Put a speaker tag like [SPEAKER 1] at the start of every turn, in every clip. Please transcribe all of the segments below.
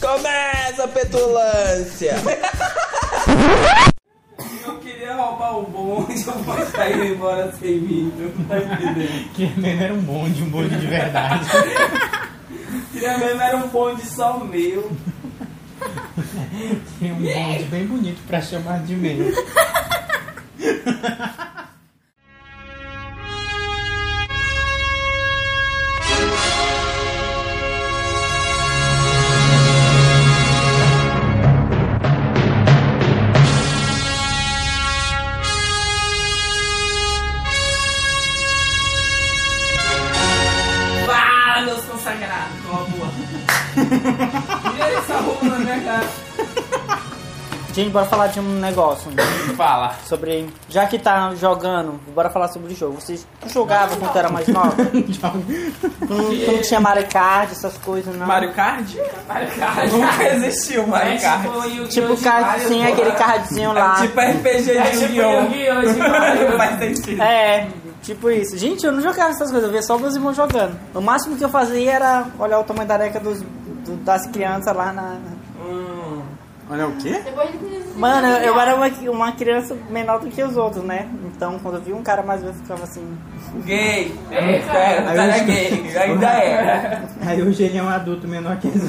[SPEAKER 1] Começa a petulância!
[SPEAKER 2] Eu queria roubar o bonde, eu vou sair embora sem mim. tu tá entendendo?
[SPEAKER 3] Que mesmo era um bonde, um bonde de verdade.
[SPEAKER 2] Queria mesmo era um bonde só meu.
[SPEAKER 3] Tinha um bonde bem bonito pra chamar de meu.
[SPEAKER 2] Fala, meus consagrados, com a boa. E essa roupa na
[SPEAKER 4] né,
[SPEAKER 2] minha cara?
[SPEAKER 5] Gente, bora falar de um negócio. né?
[SPEAKER 3] Fala.
[SPEAKER 5] Sobre. Já que tá jogando, bora falar sobre o jogo. Vocês jogavam quando era mais nova? Tu não, tu não tinha Mario Kart, essas coisas, não?
[SPEAKER 4] Mario Kart?
[SPEAKER 2] Mario Kart.
[SPEAKER 4] Nunca existiu Mario
[SPEAKER 2] É
[SPEAKER 4] Kart.
[SPEAKER 2] tipo Yu-Gi-Oh!
[SPEAKER 5] Tipo
[SPEAKER 2] de
[SPEAKER 5] o cardzinho,
[SPEAKER 2] Mario,
[SPEAKER 5] aquele
[SPEAKER 2] pô.
[SPEAKER 5] cardzinho lá.
[SPEAKER 4] É tipo RPG de
[SPEAKER 2] É tipo
[SPEAKER 4] Yu-Gi-Oh!
[SPEAKER 2] Yu-Gi-Oh! de
[SPEAKER 4] Não
[SPEAKER 2] Mario.
[SPEAKER 4] faz sentido.
[SPEAKER 5] É, tipo isso. Gente, eu não jogava essas coisas, eu via só meus irmãos jogando. O máximo que eu fazia era olhar o tamanho da areca dos, do- das crianças lá na.
[SPEAKER 4] Hum,
[SPEAKER 3] Olha é o quê?
[SPEAKER 6] assim,
[SPEAKER 5] Mano, eu, eu era uma, uma criança menor do que os outros, né? Então quando eu vi um cara mais velho, eu ficava assim.
[SPEAKER 4] Gay. É, tá na gay. Ainda é.
[SPEAKER 3] Aí hoje ele é um adulto menor que ele.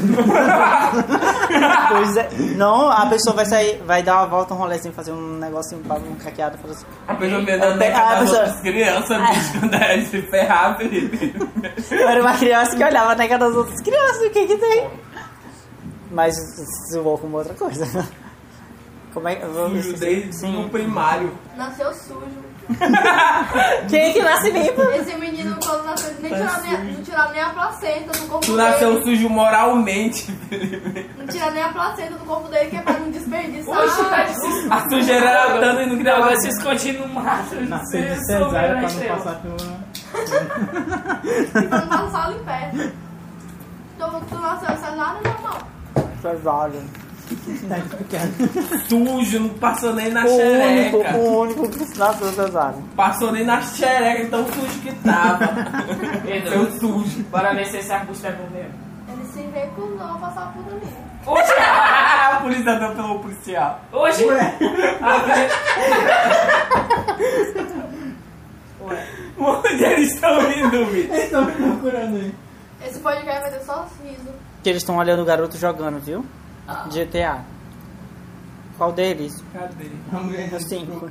[SPEAKER 5] Pois é. Não, a pessoa vai sair, vai dar uma volta, um rolezinho, fazer um negocinho, um caqueado, fazer assim.
[SPEAKER 4] A pessoa fez a
[SPEAKER 5] Ah,
[SPEAKER 4] década das
[SPEAKER 5] pessoa-
[SPEAKER 4] outras crianças, bicho, quando ela se ferrar, Felipe.
[SPEAKER 5] Eu era uma criança que olhava na cara das outras crianças, o que que tem? Mas zoou com uma outra coisa. Como é que. vamos-
[SPEAKER 4] Sujo desde no primário.
[SPEAKER 6] Nasceu sujo.
[SPEAKER 5] Quem é que nasce limpo?
[SPEAKER 6] Esse menino quando nasceu nem tiraram nem, não tiraram nem a placenta do corpo
[SPEAKER 4] Tu nasceu
[SPEAKER 6] dele.
[SPEAKER 4] sujo moralmente, Felipe.
[SPEAKER 6] Não tiraram nem a placenta do corpo dele, que é pra não desperdiçar.
[SPEAKER 2] Hoje tá de
[SPEAKER 4] A sujeira era tanto e não criava
[SPEAKER 2] Agora se esconde no mato.
[SPEAKER 3] Nasceu de
[SPEAKER 2] se
[SPEAKER 3] cesárea
[SPEAKER 2] souber
[SPEAKER 3] pra
[SPEAKER 2] nas
[SPEAKER 3] não
[SPEAKER 2] estrelas.
[SPEAKER 3] passar pela...
[SPEAKER 6] Então não sala em pé. Então tu nasceu cesárea normal.
[SPEAKER 4] sujo, não passou nem na
[SPEAKER 5] O único,
[SPEAKER 4] xereca.
[SPEAKER 5] o único que nasceu cesário.
[SPEAKER 4] Passou nem na xereca, tão sujo que tava. Seu
[SPEAKER 2] Pedro,
[SPEAKER 4] sujo.
[SPEAKER 2] bora ver se esse arbusto é bom mesmo.
[SPEAKER 6] Ele se recusou a passar por ali.
[SPEAKER 2] Hoje,
[SPEAKER 4] Ah, a polícia deu pelo policial.
[SPEAKER 2] hoje. Ah,
[SPEAKER 4] Onde eles estão indo, bicho?
[SPEAKER 3] Estão me procurando aí.
[SPEAKER 6] Esse podcast vai ter só riso.
[SPEAKER 5] Que eles estão olhando o garoto jogando, viu? GTA. Qual deles?
[SPEAKER 4] Cadê?
[SPEAKER 3] A mulher já
[SPEAKER 5] Sim.
[SPEAKER 3] ficou-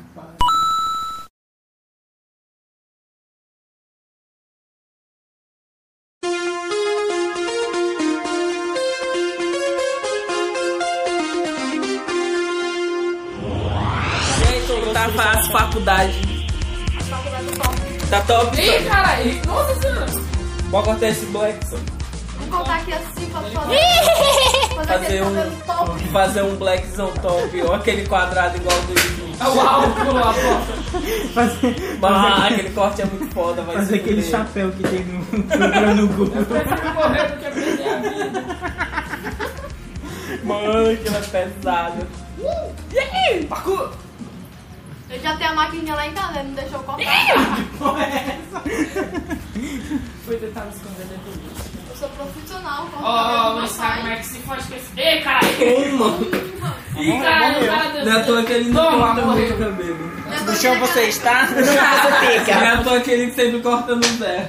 [SPEAKER 4] Gente, tá fácil, faculdade.
[SPEAKER 6] A faculdade do corpo.
[SPEAKER 4] Tá top.
[SPEAKER 2] Ih, caralho. Nossa senhora.
[SPEAKER 4] Bora cortar esse Blackson.
[SPEAKER 6] Vou contar aqui assim pra fazer. Fazer
[SPEAKER 4] Fazer
[SPEAKER 6] aquele
[SPEAKER 4] um-
[SPEAKER 6] cabelo top.
[SPEAKER 4] Fazer um Blackzão top. Ou aquele quadrado igual do YouTube.
[SPEAKER 2] É o álcool pulou a porta.
[SPEAKER 3] Fazer,
[SPEAKER 4] Mas ah,
[SPEAKER 3] fazer,
[SPEAKER 4] aquele corte é muito foda, vai
[SPEAKER 3] fazer
[SPEAKER 4] se
[SPEAKER 3] aquele
[SPEAKER 4] fuder.
[SPEAKER 3] chapéu que tem no, procurando no Google.
[SPEAKER 2] Pensei que morreu porque eu perdi a vida.
[SPEAKER 4] Mano, aquilo é pesado.
[SPEAKER 6] Eu já tenho a maquininha lá em casa, ele não deixou eu cortar.
[SPEAKER 2] Fui tentar me esconder dentro do lixo.
[SPEAKER 6] Eu sou profissional. corto
[SPEAKER 2] Ó,
[SPEAKER 6] cabelo,
[SPEAKER 2] oh,
[SPEAKER 6] não
[SPEAKER 2] mas sabe como
[SPEAKER 6] sai.
[SPEAKER 2] é que se faz com esse... Ei, caralho.
[SPEAKER 4] Ei, mano.
[SPEAKER 2] Ih, caralho, cara,
[SPEAKER 4] Não é à toa que ele não
[SPEAKER 2] Toma,
[SPEAKER 4] corta muito
[SPEAKER 2] morreu.
[SPEAKER 4] o cabelo.
[SPEAKER 5] No chão você está? No chão você
[SPEAKER 4] Não é
[SPEAKER 5] fica.
[SPEAKER 4] à toa que ele sempre corta no zero.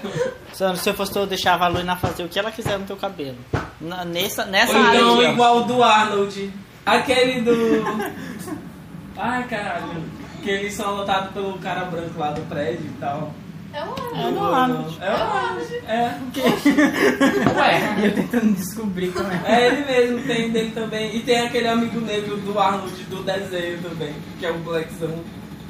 [SPEAKER 5] Se- Se eu fosse tu, eu deixava a Luna fazer o que ela quiser no teu cabelo. Na- nessa nessa
[SPEAKER 4] Ou
[SPEAKER 5] área.
[SPEAKER 4] então
[SPEAKER 5] aí, ó.
[SPEAKER 4] igual o do Arnold. Aquele do. Ai caralho. Que eles são lotados pelo cara branco lá do prédio e tal.
[SPEAKER 6] É um ano.
[SPEAKER 5] É o do Arnold.
[SPEAKER 4] É o Arnold. É.
[SPEAKER 2] Ué.
[SPEAKER 3] E eu tentando descobrir como é.
[SPEAKER 4] É ele mesmo, tem dele também. E tem aquele amigo negro do Arnold do desenho também, que é o Blackzão.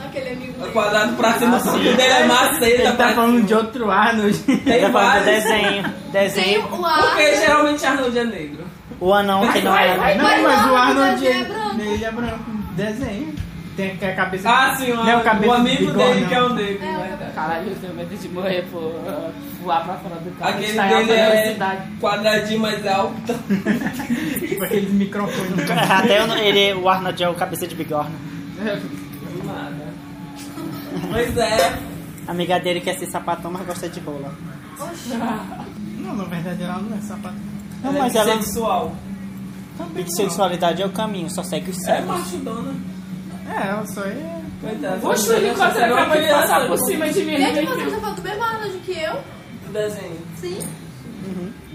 [SPEAKER 6] Aquele amigo
[SPEAKER 4] O
[SPEAKER 6] dele.
[SPEAKER 4] quadrado pra cima, só que o dele é
[SPEAKER 3] Ele
[SPEAKER 4] maceta
[SPEAKER 3] tá
[SPEAKER 4] pra
[SPEAKER 3] falando de
[SPEAKER 4] cima.
[SPEAKER 3] outro Arnold.
[SPEAKER 4] Tem
[SPEAKER 5] Tá falando do
[SPEAKER 4] vários.
[SPEAKER 5] desenho.
[SPEAKER 6] Tem
[SPEAKER 5] Desenho.
[SPEAKER 6] o ar.
[SPEAKER 4] Porque geralmente Arnold é negro.
[SPEAKER 5] O anão que não é.
[SPEAKER 3] Não, mas,
[SPEAKER 6] Mas não,
[SPEAKER 3] o
[SPEAKER 6] mas
[SPEAKER 3] Arnold
[SPEAKER 6] ele é
[SPEAKER 3] ele-
[SPEAKER 6] branco.
[SPEAKER 3] ele é branco. Desenho. Tem tem a cabeça.
[SPEAKER 4] Ah, sim,
[SPEAKER 3] Não é o
[SPEAKER 4] o,
[SPEAKER 3] cabeça
[SPEAKER 4] o
[SPEAKER 3] de
[SPEAKER 4] amigo
[SPEAKER 3] bigorna.
[SPEAKER 4] dele que é o negro,
[SPEAKER 6] É, o
[SPEAKER 4] né?
[SPEAKER 2] Caralho, eu tenho medo de morrer por uh, voar pra fora do carro.
[SPEAKER 4] Aquele
[SPEAKER 2] Está em
[SPEAKER 4] dele
[SPEAKER 2] alta
[SPEAKER 4] é
[SPEAKER 2] velocidade.
[SPEAKER 4] quadradinho, mas é alto.
[SPEAKER 3] Com Tipo aqueles microfones.
[SPEAKER 5] Até o- ele, o Arnold é o cabeça de bigorna.
[SPEAKER 4] Do nada. Pois é.
[SPEAKER 5] A amiga dele quer ser sapatão, mas gosta de rola.
[SPEAKER 6] Oxi.
[SPEAKER 3] Não, na verdade ela não é sapato.
[SPEAKER 5] Não, mas ela,
[SPEAKER 4] sexual.
[SPEAKER 5] Bissexualidade é o caminho, só segue os
[SPEAKER 4] É
[SPEAKER 5] céus.
[SPEAKER 4] macho dona.
[SPEAKER 3] É, eu sou é.
[SPEAKER 4] Coitado.
[SPEAKER 7] Oxe, o helicóptero acabou de passar por cima de mim.
[SPEAKER 6] Gente, você tá falando do mesmo Arnold que eu?
[SPEAKER 4] Desenho.
[SPEAKER 6] Sim.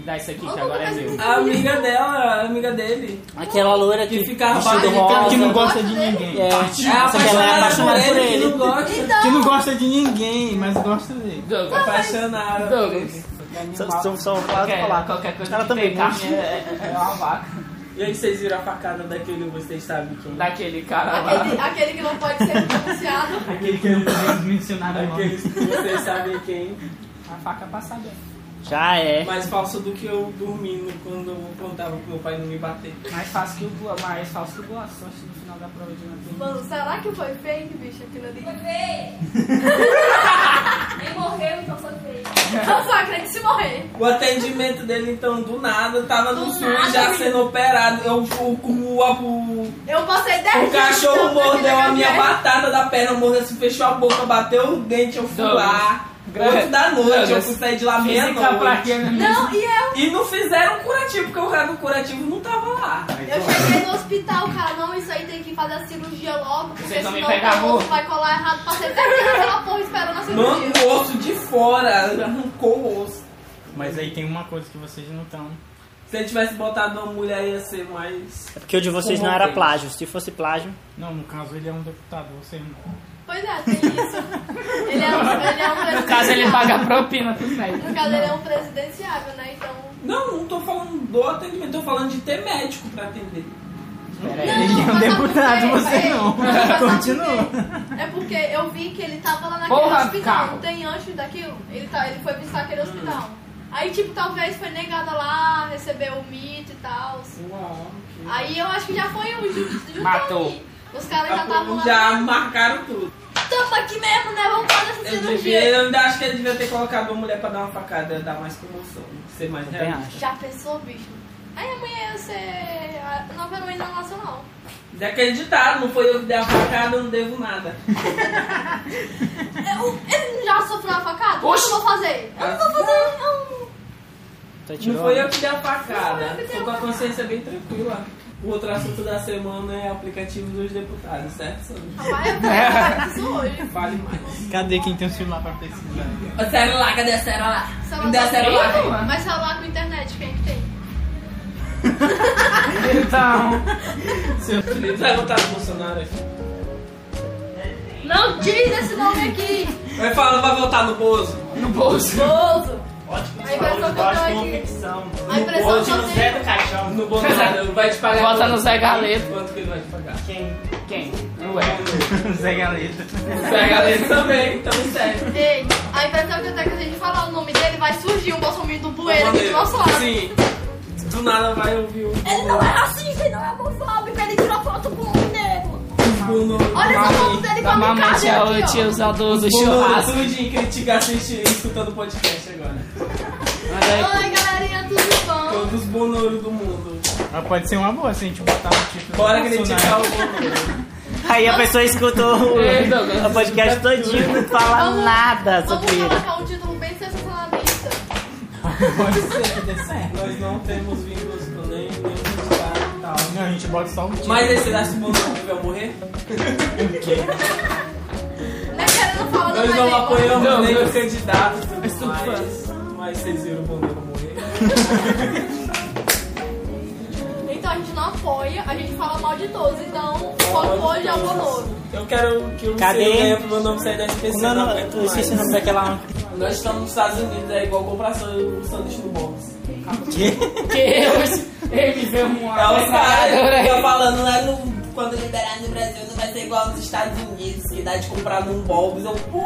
[SPEAKER 7] Dá isso aqui, que
[SPEAKER 6] Olha
[SPEAKER 7] agora é
[SPEAKER 6] como
[SPEAKER 7] meu.
[SPEAKER 6] faz
[SPEAKER 4] A amiga dela, a amiga dele.
[SPEAKER 5] Aquela loira
[SPEAKER 4] Que
[SPEAKER 5] que
[SPEAKER 4] fica
[SPEAKER 5] vestida
[SPEAKER 4] apaixonada.
[SPEAKER 5] rosa.
[SPEAKER 3] Que não gosta
[SPEAKER 6] gosta
[SPEAKER 3] de
[SPEAKER 6] dele?
[SPEAKER 3] ninguém.
[SPEAKER 5] É,
[SPEAKER 4] É
[SPEAKER 5] só que ela é
[SPEAKER 4] apaixonada
[SPEAKER 5] apaixonada por ele.
[SPEAKER 4] que não gosta. Tá
[SPEAKER 6] Então,
[SPEAKER 3] Que não gosta de ninguém, mas gosta dele.
[SPEAKER 6] tá,
[SPEAKER 7] Douglas.
[SPEAKER 4] Apaixonada. por ele.
[SPEAKER 7] Douglas.
[SPEAKER 2] Então.
[SPEAKER 5] Só, só, só pra
[SPEAKER 7] Qualquer,
[SPEAKER 5] falar.
[SPEAKER 7] qualquer coisa
[SPEAKER 5] Ela
[SPEAKER 7] que
[SPEAKER 5] também
[SPEAKER 7] tem
[SPEAKER 5] gosta.
[SPEAKER 7] carne é, é uma vaca.
[SPEAKER 4] E aí vocês viram a facada daquele, vocês sabem quem?
[SPEAKER 7] Daquele cara lá.
[SPEAKER 6] aquele, aquele que não pode ser pronunciado.
[SPEAKER 3] Aquele que não foi mencionado
[SPEAKER 4] Daqueles que vocês sabem quem.
[SPEAKER 7] A faca passada.
[SPEAKER 5] Já é.
[SPEAKER 4] Mais falso do que eu dormindo quando eu contava pro meu pai não me bater.
[SPEAKER 7] Mais fácil que o Boa, mais falso que o Boa Sorte no final da prova de matemática.
[SPEAKER 6] Mano, será que foi fake, bicho, aquilo ali?
[SPEAKER 8] Ele morreu, então foi feio.
[SPEAKER 6] Eu só acredito se morrer.
[SPEAKER 4] O atendimento dele, então, do nada, tava no
[SPEAKER 6] Do
[SPEAKER 4] SUS
[SPEAKER 6] nada,
[SPEAKER 4] já
[SPEAKER 6] menino.
[SPEAKER 4] sendo operado. Eu, o, o, a- o,
[SPEAKER 6] Eu passei 10
[SPEAKER 4] o
[SPEAKER 6] dias
[SPEAKER 4] cachorro
[SPEAKER 6] tanto
[SPEAKER 4] mordeu a
[SPEAKER 6] naquele
[SPEAKER 4] minha
[SPEAKER 6] café.
[SPEAKER 4] batata da perna, mordeu assim, fechou a boca, bateu o dente, eu fui
[SPEAKER 7] Douglas.
[SPEAKER 4] lá.
[SPEAKER 7] Douglas.
[SPEAKER 4] Oito da noite, eu
[SPEAKER 7] Douglas.
[SPEAKER 4] fui sair de lá
[SPEAKER 7] Física pra
[SPEAKER 4] meia-noite.
[SPEAKER 7] quê, né?
[SPEAKER 6] Não, e eu?
[SPEAKER 4] E não fizeram um curativo, porque o cara do curativo não tava lá.
[SPEAKER 6] Eu cheguei no hospital, cara, não, isso aí tem que fazer a cirurgia logo, porque
[SPEAKER 7] Vocês vão me
[SPEAKER 6] senão
[SPEAKER 7] pegar
[SPEAKER 6] o
[SPEAKER 7] morto.
[SPEAKER 6] osso vai colar errado, passei 10 dias naquela porra esperando a cirurgia.
[SPEAKER 4] Mano, o osso de fora, arrancou o osso.
[SPEAKER 3] Mas aí tem uma coisa que vocês não estão.
[SPEAKER 4] Se ele tivesse botado uma mulher, ia ser mais.
[SPEAKER 5] É porque o de vocês não era plágio. Se fosse plágio,
[SPEAKER 3] Não, no caso ele é um deputado, vocês não.
[SPEAKER 6] Pois é, tem isso. Ele é um, ele é um presidenciável.
[SPEAKER 7] No caso, ele paga propina pro médico.
[SPEAKER 6] No caso, ele é um presidenciável, né? Então.
[SPEAKER 4] Não, não tô falando do atendimento, tô falando de ter médico pra atender.
[SPEAKER 7] Pera aí.
[SPEAKER 6] Não,
[SPEAKER 3] Ele é um
[SPEAKER 6] mas sabe por
[SPEAKER 3] deputado,
[SPEAKER 6] quê?
[SPEAKER 3] você
[SPEAKER 6] Peraí,
[SPEAKER 3] não.
[SPEAKER 6] mas sabe por
[SPEAKER 3] Continua.
[SPEAKER 6] quê? É porque eu vi que ele tava lá naquele
[SPEAKER 7] Porra, Hum.
[SPEAKER 6] hospital,
[SPEAKER 7] carro.
[SPEAKER 6] não tem antes daquilo. Ele, tá, ele foi visitar aquele hospital. Aí, tipo, talvez foi negada lá, recebeu o mito e tal. Aí eu acho que já foi um ju- juntão
[SPEAKER 7] Matou.
[SPEAKER 6] ali. Os caras já tá estavam lá.
[SPEAKER 4] Já marcaram tudo.
[SPEAKER 6] Tamo aqui mesmo, né? Vamos fazer essa
[SPEAKER 4] Eu,
[SPEAKER 6] cirurgia.
[SPEAKER 4] devia, eu ainda acho que ele devia ter colocado uma mulher pra dar uma facada, ia dar mais comoção, ser mais né?
[SPEAKER 5] também
[SPEAKER 4] real.
[SPEAKER 5] acho.
[SPEAKER 6] Já pensou, bicho? Aí amanhã ia ser a nova heroína nacional.
[SPEAKER 4] Desacreditado, não foi eu que dei a facada, eu não devo nada.
[SPEAKER 6] Eu- ele já sofreu a facada?
[SPEAKER 7] Oxi.
[SPEAKER 6] Eu não vou fazer. Eu não vou
[SPEAKER 4] Ah.
[SPEAKER 6] fazer. não.
[SPEAKER 5] Então
[SPEAKER 4] Não
[SPEAKER 5] tirou.
[SPEAKER 4] foi eu que dei a facada,
[SPEAKER 6] Não foi eu que dei
[SPEAKER 4] tô
[SPEAKER 6] a
[SPEAKER 4] com a consciência bem tranquila. O outro assunto da semana é aplicativo dos deputados, certo, Sandro?
[SPEAKER 6] Rapaz, eu tava isso hoje.
[SPEAKER 4] Vale mais.
[SPEAKER 3] Cadê quem tem o celular pra pesquisar?
[SPEAKER 4] O celular, cadê o celular? Me
[SPEAKER 6] Celular
[SPEAKER 4] dá
[SPEAKER 6] tá
[SPEAKER 4] é celular.
[SPEAKER 6] feio, Mas celular com internet, quem é que tem?
[SPEAKER 3] Então.
[SPEAKER 4] Ele vai votar no Bolsonaro aqui.
[SPEAKER 6] Não diz esse nome aqui.
[SPEAKER 4] Vai falar, vai votar no Bozo.
[SPEAKER 7] No bolso.
[SPEAKER 6] Bozo.
[SPEAKER 4] Ótimo.
[SPEAKER 6] A impressão que eu tenho aqui. A impressão que eu tenho.
[SPEAKER 4] Caixão. No Bolsonaro, vai te pagar.
[SPEAKER 7] Vota
[SPEAKER 4] quanto?
[SPEAKER 7] no Zé Galeto.
[SPEAKER 4] Quanto que ele vai te pagar?
[SPEAKER 7] Quem? Não é.
[SPEAKER 3] Zé Galeta.
[SPEAKER 4] Zé Galeto também, então sério.
[SPEAKER 6] Ei, a impressão que eu tenho é que se a gente falar o nome dele, vai surgir um bolsominion do bueiro aqui do nosso lado.
[SPEAKER 4] Sim. Do nada vai ouvir o.
[SPEAKER 6] Ele não é racista, ele não é homofóbico, ele tirou foto com um negro.
[SPEAKER 4] Bruno.
[SPEAKER 6] Olha essa foto dele com a
[SPEAKER 7] Mamãe
[SPEAKER 6] Ricardo
[SPEAKER 7] tinha
[SPEAKER 6] aqui,
[SPEAKER 7] o
[SPEAKER 6] ó.
[SPEAKER 7] tiozão do, do
[SPEAKER 4] Bruno,
[SPEAKER 7] churrasco.
[SPEAKER 4] tudinho criticar assistindo, escutando podcast agora.
[SPEAKER 6] Oi, galerinha, tudo bom?
[SPEAKER 4] Todos os bonouros do mundo.
[SPEAKER 3] Mas Ah, pode ser uma boa se a gente botar no título.
[SPEAKER 4] Bora
[SPEAKER 3] Bolsonaro.
[SPEAKER 4] criticar o bonouro.
[SPEAKER 5] Aí a pessoa escuta o,
[SPEAKER 7] Ei, Douglas,
[SPEAKER 5] o podcast todinho não fala
[SPEAKER 6] Vamos-
[SPEAKER 5] nada
[SPEAKER 6] Vamos
[SPEAKER 5] sobre ele.
[SPEAKER 6] colocar um título bem sensacionalista.
[SPEAKER 3] Pode ser que dê certo.
[SPEAKER 4] Nós não temos vínculos com nem nenhum estado e tal.
[SPEAKER 3] Não, a gente bota só um título.
[SPEAKER 4] Mas aí você acha que o bonouro vai morrer?
[SPEAKER 6] Não é querendo falar, não,
[SPEAKER 4] Nós
[SPEAKER 6] mas
[SPEAKER 4] não
[SPEAKER 6] ele-
[SPEAKER 4] apoiamos
[SPEAKER 7] Não,
[SPEAKER 4] nem
[SPEAKER 7] não.
[SPEAKER 4] os candidatos, tudo mais. Mas vocês viram o bonouro morrer.
[SPEAKER 6] Então a gente não apoia, a gente fala mal de todos, então foco hoje é o Bonoro.
[SPEAKER 4] Eu quero que o
[SPEAKER 5] Cadê?
[SPEAKER 4] seu nome, meu nome saia da SPC.
[SPEAKER 5] Como é o
[SPEAKER 4] não
[SPEAKER 5] nome?
[SPEAKER 4] aguento
[SPEAKER 5] Eu esqueci o
[SPEAKER 4] mais.
[SPEAKER 5] nome daquela.
[SPEAKER 4] Nós estamos nos Estados Unidos, é igual comprar san- sanduíche no box.
[SPEAKER 7] Que eu, ele um veio uma
[SPEAKER 5] Ah,
[SPEAKER 4] É os caras
[SPEAKER 7] metralhadora.
[SPEAKER 4] ficam falando, né, no, quando liberar no Brasil não vai ser igual nos Estados Unidos, que dá de comprar num box. Eu, pô,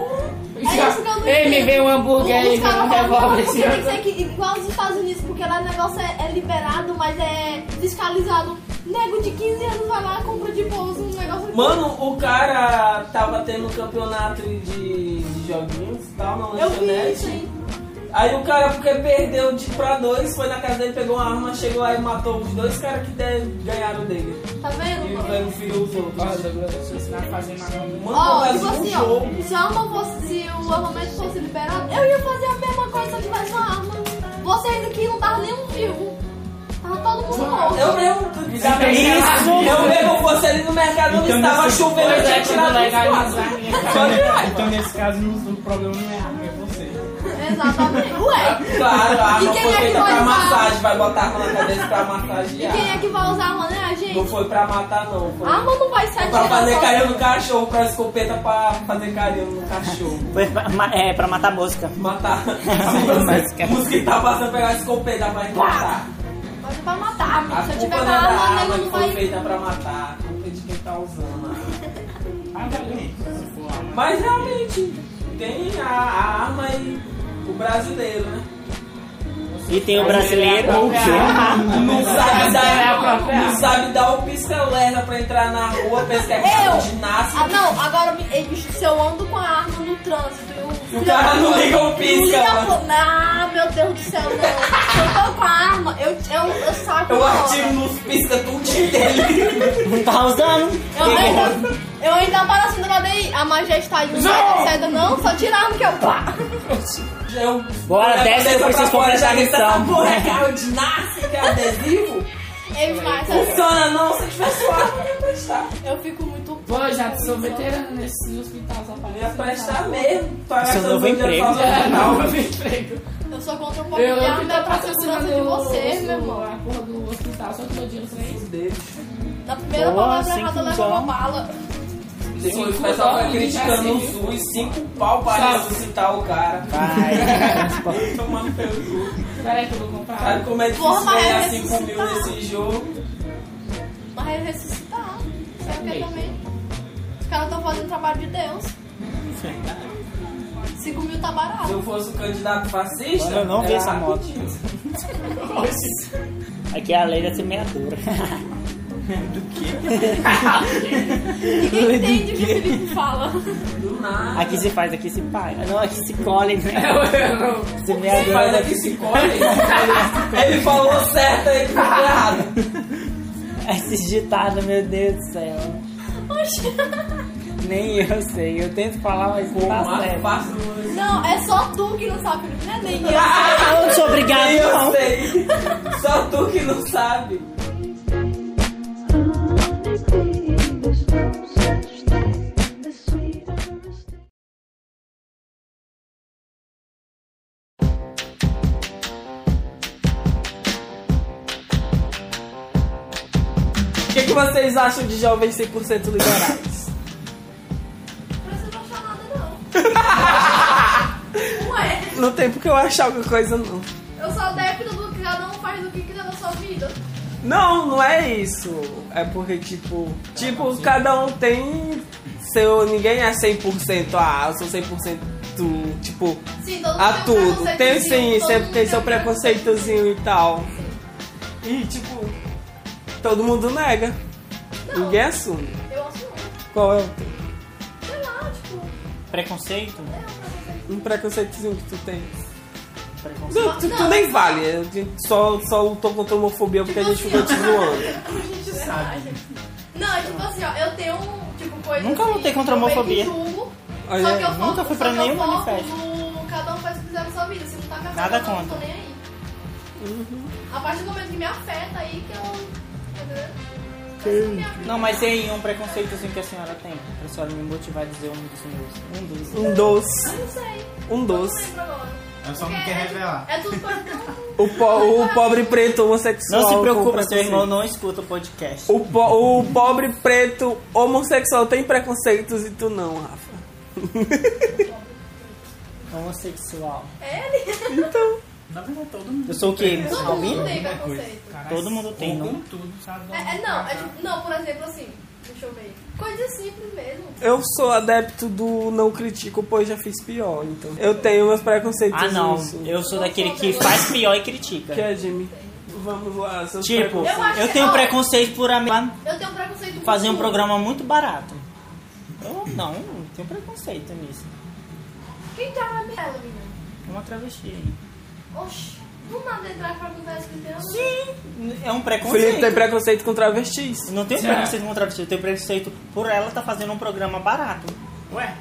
[SPEAKER 6] É isso que eu não
[SPEAKER 7] Ei, me
[SPEAKER 6] entendo.
[SPEAKER 7] veio um hambúrguer, ele
[SPEAKER 6] Os
[SPEAKER 7] veio
[SPEAKER 6] caras
[SPEAKER 7] um
[SPEAKER 6] falam
[SPEAKER 7] revólver.
[SPEAKER 6] que tem que ser que- igual aos Estados Unidos, porque lá o negócio é, é liberado, mas é fiscalizado. Nego de 15 anos vai lá, compra de bolsa um negócio.
[SPEAKER 4] mano, o cara tava tendo um campeonato de, de joguinhos e tal na
[SPEAKER 6] eu
[SPEAKER 2] né,
[SPEAKER 6] vi
[SPEAKER 4] lanchonete.
[SPEAKER 6] isso aí.
[SPEAKER 4] Aí o cara, porque perdeu de pra dois, foi na casa dele, pegou uma arma, chegou lá e matou os dois caras que de- ganharam dele.
[SPEAKER 6] Tá vendo?
[SPEAKER 4] E
[SPEAKER 6] mano?
[SPEAKER 4] vai filho os outros.
[SPEAKER 7] Olha, Douglas, eu te ensinar a fazer macarrão.
[SPEAKER 4] Mano,
[SPEAKER 6] Ó,
[SPEAKER 4] mas
[SPEAKER 6] tipo
[SPEAKER 4] um
[SPEAKER 6] assim,
[SPEAKER 4] jogo.
[SPEAKER 6] ó, se a arma fosse, se o armamento fosse liberado, eu ia fazer a mesma coisa se eu tivesse uma arma. Vocês aqui não estavam nenhum vivo. Tá porra, um todo mundo morre.
[SPEAKER 2] Eu mesmo. tu-
[SPEAKER 7] Ainda bem que
[SPEAKER 5] Isso!
[SPEAKER 2] Eu mesmo fosse ali no mercado onde
[SPEAKER 3] Então,
[SPEAKER 2] estava
[SPEAKER 3] nesse-
[SPEAKER 2] chovendo, eu tinha tirado um quadro.
[SPEAKER 7] legalizar minha
[SPEAKER 2] Só de
[SPEAKER 3] Então,
[SPEAKER 2] raiva.
[SPEAKER 3] nesse caso, não- o problema não é a arma, é você.
[SPEAKER 6] Exatamente. Ué,
[SPEAKER 2] Claro, a
[SPEAKER 6] E
[SPEAKER 2] arma
[SPEAKER 6] quem
[SPEAKER 2] foi
[SPEAKER 6] é que
[SPEAKER 2] feita
[SPEAKER 6] vai
[SPEAKER 2] pra
[SPEAKER 6] usar?
[SPEAKER 2] massagem. Vai botar a arma na cabeça pra
[SPEAKER 6] e
[SPEAKER 2] massagear.
[SPEAKER 6] quem é que vai usar a mané? A gente?
[SPEAKER 2] Não foi pra matar, não. Foi
[SPEAKER 6] A arma Ah, não vai se
[SPEAKER 2] pra
[SPEAKER 6] atirar
[SPEAKER 2] fazer
[SPEAKER 6] só-
[SPEAKER 2] carinho no cachorro, pra escopeta pra fazer carinho no cachorro.
[SPEAKER 5] Foi pra, ma- é, pra matar a mosca.
[SPEAKER 2] Matar.
[SPEAKER 5] Mas, cara.
[SPEAKER 2] A música tá passando, pegar a escopeta pra matar.
[SPEAKER 6] Mas não vai matar,
[SPEAKER 2] A
[SPEAKER 6] amigo. Se eu
[SPEAKER 2] culpa
[SPEAKER 6] tiver
[SPEAKER 2] não
[SPEAKER 6] uma
[SPEAKER 2] é da
[SPEAKER 6] arma,
[SPEAKER 2] arma
[SPEAKER 6] nego
[SPEAKER 2] que
[SPEAKER 6] não
[SPEAKER 2] foi
[SPEAKER 6] vai.
[SPEAKER 2] feita pra matar. A culpa é de quem tá usando a arma.
[SPEAKER 3] Ah, valeu. Se for a arma.
[SPEAKER 2] Mas realmente, tem a, a arma e o brasileiro, né?
[SPEAKER 5] E tem o brasileiro.
[SPEAKER 2] Não sabe
[SPEAKER 7] a
[SPEAKER 2] dar,
[SPEAKER 7] própria
[SPEAKER 2] não
[SPEAKER 7] arma.
[SPEAKER 2] sabe dar o pisca-lerna pra entrar na rua, pensa que é carro de
[SPEAKER 6] Ah,
[SPEAKER 2] ginástica.
[SPEAKER 6] não, agora me- ei, bicho, se eu ando com a arma no trânsito e o. filho
[SPEAKER 2] cara
[SPEAKER 6] da
[SPEAKER 2] não
[SPEAKER 6] puta-
[SPEAKER 2] liga o
[SPEAKER 6] não
[SPEAKER 2] pisca,
[SPEAKER 6] liga a
[SPEAKER 2] mano.
[SPEAKER 6] pu- Ah, meu Deus do céu, não. Se eu tô com a arma, eu, eu, eu saco.
[SPEAKER 2] Eu
[SPEAKER 6] na hora.
[SPEAKER 2] ativo nos pisca tudinho dele.
[SPEAKER 5] Não tá usando.
[SPEAKER 6] Eu ainda, eu ainda apareço no negócio aí. A majestade não sai saída, não. Só tira a arma que eu pá.
[SPEAKER 2] Eu,
[SPEAKER 5] Bora,
[SPEAKER 2] eu
[SPEAKER 5] desce,
[SPEAKER 2] levo a cabeça
[SPEAKER 5] depois vocês compram
[SPEAKER 2] pra fora, já
[SPEAKER 5] essa
[SPEAKER 2] grita,
[SPEAKER 5] lição.
[SPEAKER 2] "Essa porra é carro de ginástica, adesivo? é
[SPEAKER 6] Ei, mas
[SPEAKER 2] Funciona não, se tivesse uma arma, eu ia prestar.
[SPEAKER 6] eu fico muito
[SPEAKER 7] Pô, eu já sou veterano nesse hospital, só pra
[SPEAKER 4] é
[SPEAKER 2] Eu ia prestar mesmo. Tô
[SPEAKER 5] Esse é o
[SPEAKER 2] gastando
[SPEAKER 5] novo
[SPEAKER 2] meu dinheiro
[SPEAKER 5] emprego.
[SPEAKER 2] pra-
[SPEAKER 7] É, Não, emprego.
[SPEAKER 6] Eu sou contra um pouco
[SPEAKER 7] Eu
[SPEAKER 4] tá
[SPEAKER 6] de
[SPEAKER 7] eu que
[SPEAKER 6] arma
[SPEAKER 7] tô
[SPEAKER 6] pra segurança de
[SPEAKER 7] patrocinando
[SPEAKER 6] você,
[SPEAKER 7] o-
[SPEAKER 6] meu irmão.
[SPEAKER 7] A porra do hospital, só que meu dinheiro pra isso.
[SPEAKER 6] Na primeira
[SPEAKER 5] Boa,
[SPEAKER 6] palavra
[SPEAKER 5] sem
[SPEAKER 6] errada, eu levo
[SPEAKER 5] confusão.
[SPEAKER 6] uma bala.
[SPEAKER 2] Depois o pessoal foi assim. criticando o SUS, cinco pau pra ressuscitar o cara. Tomando pelo cu.
[SPEAKER 7] Peraí que eu vou comprar.
[SPEAKER 4] Tá.
[SPEAKER 2] Sabe como é difícil
[SPEAKER 6] Porra, mas
[SPEAKER 2] ganhar
[SPEAKER 6] é
[SPEAKER 2] 5 mil
[SPEAKER 6] ressuscitar.
[SPEAKER 2] nesse jogo?
[SPEAKER 6] Mas é ressuscitar. Sabe o que também? Os caras estão fazendo trabalho de Deus. 5 mil tá
[SPEAKER 2] Se
[SPEAKER 6] barato.
[SPEAKER 2] eu fosse o candidato fascista,
[SPEAKER 5] Mano, eu não vi
[SPEAKER 2] era
[SPEAKER 5] essa moto.
[SPEAKER 2] rapidinho.
[SPEAKER 5] Aqui é a lei da semeadura.
[SPEAKER 6] Ninguém entende o que o Felipe fala.
[SPEAKER 2] Do nada.
[SPEAKER 5] Aqui se faz, aqui se paga. Não, aqui se colhe, né?
[SPEAKER 2] Ele
[SPEAKER 5] Semeadura.
[SPEAKER 2] faz aqui se colhe. Ele falou certo, ele falou errado.
[SPEAKER 5] É Esses ditados, meu Deus do céu. Nem eu sei. Eu tento falar, mas não
[SPEAKER 2] Pô,
[SPEAKER 5] tá
[SPEAKER 2] mas um
[SPEAKER 5] certo.
[SPEAKER 2] fácil.
[SPEAKER 6] Não, é só tu que não sabe, Felipe. Não é nem eu.
[SPEAKER 5] Ah, eu não sou obrigado,
[SPEAKER 2] Eu
[SPEAKER 5] não.
[SPEAKER 2] sei. Só tu que não sabe. O que, que vocês acham de jovens 100% liberais?
[SPEAKER 6] Não precisa achar nada, não. Ué,
[SPEAKER 4] Não tem porque eu achar alguma coisa, não.
[SPEAKER 6] eu sou adepto do que cada um faz do que quiser na sua vida.
[SPEAKER 4] Não, não é isso. É porque, tipo, tipo, cada um tem seu. Ninguém é 100%. Ah, eu sou 100%. Tipo,
[SPEAKER 6] Sim, todo mundo
[SPEAKER 4] a
[SPEAKER 6] tem um
[SPEAKER 4] tudo. Tem
[SPEAKER 6] preconceitozinho,
[SPEAKER 4] sim, é sempre
[SPEAKER 6] todo mundo
[SPEAKER 4] tem seu
[SPEAKER 6] um
[SPEAKER 4] preconceitozinho e tal. E, tipo, todo mundo nega.
[SPEAKER 6] Não.
[SPEAKER 4] Ninguém assume.
[SPEAKER 6] Eu assumo.
[SPEAKER 4] Qual é o teu?
[SPEAKER 6] Sei lá, tipo,
[SPEAKER 5] Preconceito?
[SPEAKER 6] é um preconceito.
[SPEAKER 4] um preconceitozinho que tu tem?
[SPEAKER 5] Preconceito.
[SPEAKER 4] Tu, tu- tu
[SPEAKER 6] Não,
[SPEAKER 4] nem
[SPEAKER 6] não.
[SPEAKER 4] vale. Eu te- Só, só lutou contra a homofobia porque a
[SPEAKER 6] Tipo
[SPEAKER 4] gente ficou
[SPEAKER 6] assim,
[SPEAKER 4] te zoando.
[SPEAKER 6] Gente, sabe. Não, tipo assim, ó, eu tenho um tipo coisa.
[SPEAKER 5] Nunca
[SPEAKER 6] assim,
[SPEAKER 5] lutei contra a
[SPEAKER 6] eu meio que
[SPEAKER 5] homofobia.
[SPEAKER 6] julgo,
[SPEAKER 4] Olha
[SPEAKER 6] só
[SPEAKER 4] aí,
[SPEAKER 6] que eu
[SPEAKER 5] nunca
[SPEAKER 6] foco-
[SPEAKER 5] fui
[SPEAKER 6] só
[SPEAKER 5] pra
[SPEAKER 6] que
[SPEAKER 5] nenhum
[SPEAKER 6] eu foco
[SPEAKER 5] manifesto.
[SPEAKER 6] no Cada um faz o que quiser na sua vida. Se não tá me afetando,
[SPEAKER 5] Nada
[SPEAKER 6] eu não tô
[SPEAKER 5] contra.
[SPEAKER 6] nem aí.
[SPEAKER 4] Uhum.
[SPEAKER 6] A partir do momento que me afeta aí que eu. entendeu? Isso me afeta.
[SPEAKER 5] Não, mas tem um preconceito assim que a senhora tem. Pra senhora me motivar a dizer um dos meus. Um dos.
[SPEAKER 4] Um doce.
[SPEAKER 6] Eu não sei.
[SPEAKER 4] Um
[SPEAKER 6] Eu não
[SPEAKER 4] doce.
[SPEAKER 6] lembro agora.
[SPEAKER 3] Eu só não
[SPEAKER 6] Porque
[SPEAKER 3] quero
[SPEAKER 6] é-
[SPEAKER 3] revelar.
[SPEAKER 6] É tudo coisa tão.
[SPEAKER 4] O, po- o pobre preto homossexual.
[SPEAKER 5] Não se
[SPEAKER 4] com
[SPEAKER 5] preocupa, seu
[SPEAKER 4] preconceito.
[SPEAKER 5] irmão não escuta o podcast.
[SPEAKER 4] O, po- o pobre preto homossexual tem preconceitos e tu não, Rafa.
[SPEAKER 5] Homossexual.
[SPEAKER 6] É ele.
[SPEAKER 3] Na verdade, todo mundo.
[SPEAKER 5] Eu sou o quê?
[SPEAKER 4] É.
[SPEAKER 5] Tá
[SPEAKER 6] Todo mundo
[SPEAKER 5] Albino?
[SPEAKER 6] tem preconceito.
[SPEAKER 3] Caralho,
[SPEAKER 5] Todo mundo tem,
[SPEAKER 3] com
[SPEAKER 5] não?
[SPEAKER 3] tudo, sabe?
[SPEAKER 6] É, é, não, é tipo, não, por exemplo assim, deixa eu ver. Coisa simples mesmo.
[SPEAKER 4] Eu sou adepto do não critico, pois já fiz pior, então. Eu tenho meus preconceitos.
[SPEAKER 5] Ah, não.
[SPEAKER 4] isso.
[SPEAKER 5] Eu sou daquele que faz pior e critica.
[SPEAKER 4] Que é, Jimmy? Vamos lá, seus
[SPEAKER 5] Tipo,
[SPEAKER 4] preconceitos.
[SPEAKER 6] Eu acho
[SPEAKER 5] eu
[SPEAKER 6] que-
[SPEAKER 5] tenho
[SPEAKER 6] ó.
[SPEAKER 5] preconceito por amar-
[SPEAKER 6] Eu tenho preconceito com
[SPEAKER 5] fazer um
[SPEAKER 6] tudo.
[SPEAKER 5] programa muito barato. Eu não, não tenho preconceito nisso. É
[SPEAKER 6] Quem tá na minha menina?
[SPEAKER 5] Uma travesti aí.
[SPEAKER 6] Oxi, do nada entrar pra contar esse inteiro.
[SPEAKER 5] Sim, é um
[SPEAKER 4] O Felipe tem
[SPEAKER 5] preconceito.
[SPEAKER 4] preconceito com travestis.
[SPEAKER 5] Não tenho preconceito com travesti, eu tenho preconceito por ela tá estar fazendo um programa barato.
[SPEAKER 3] Ué,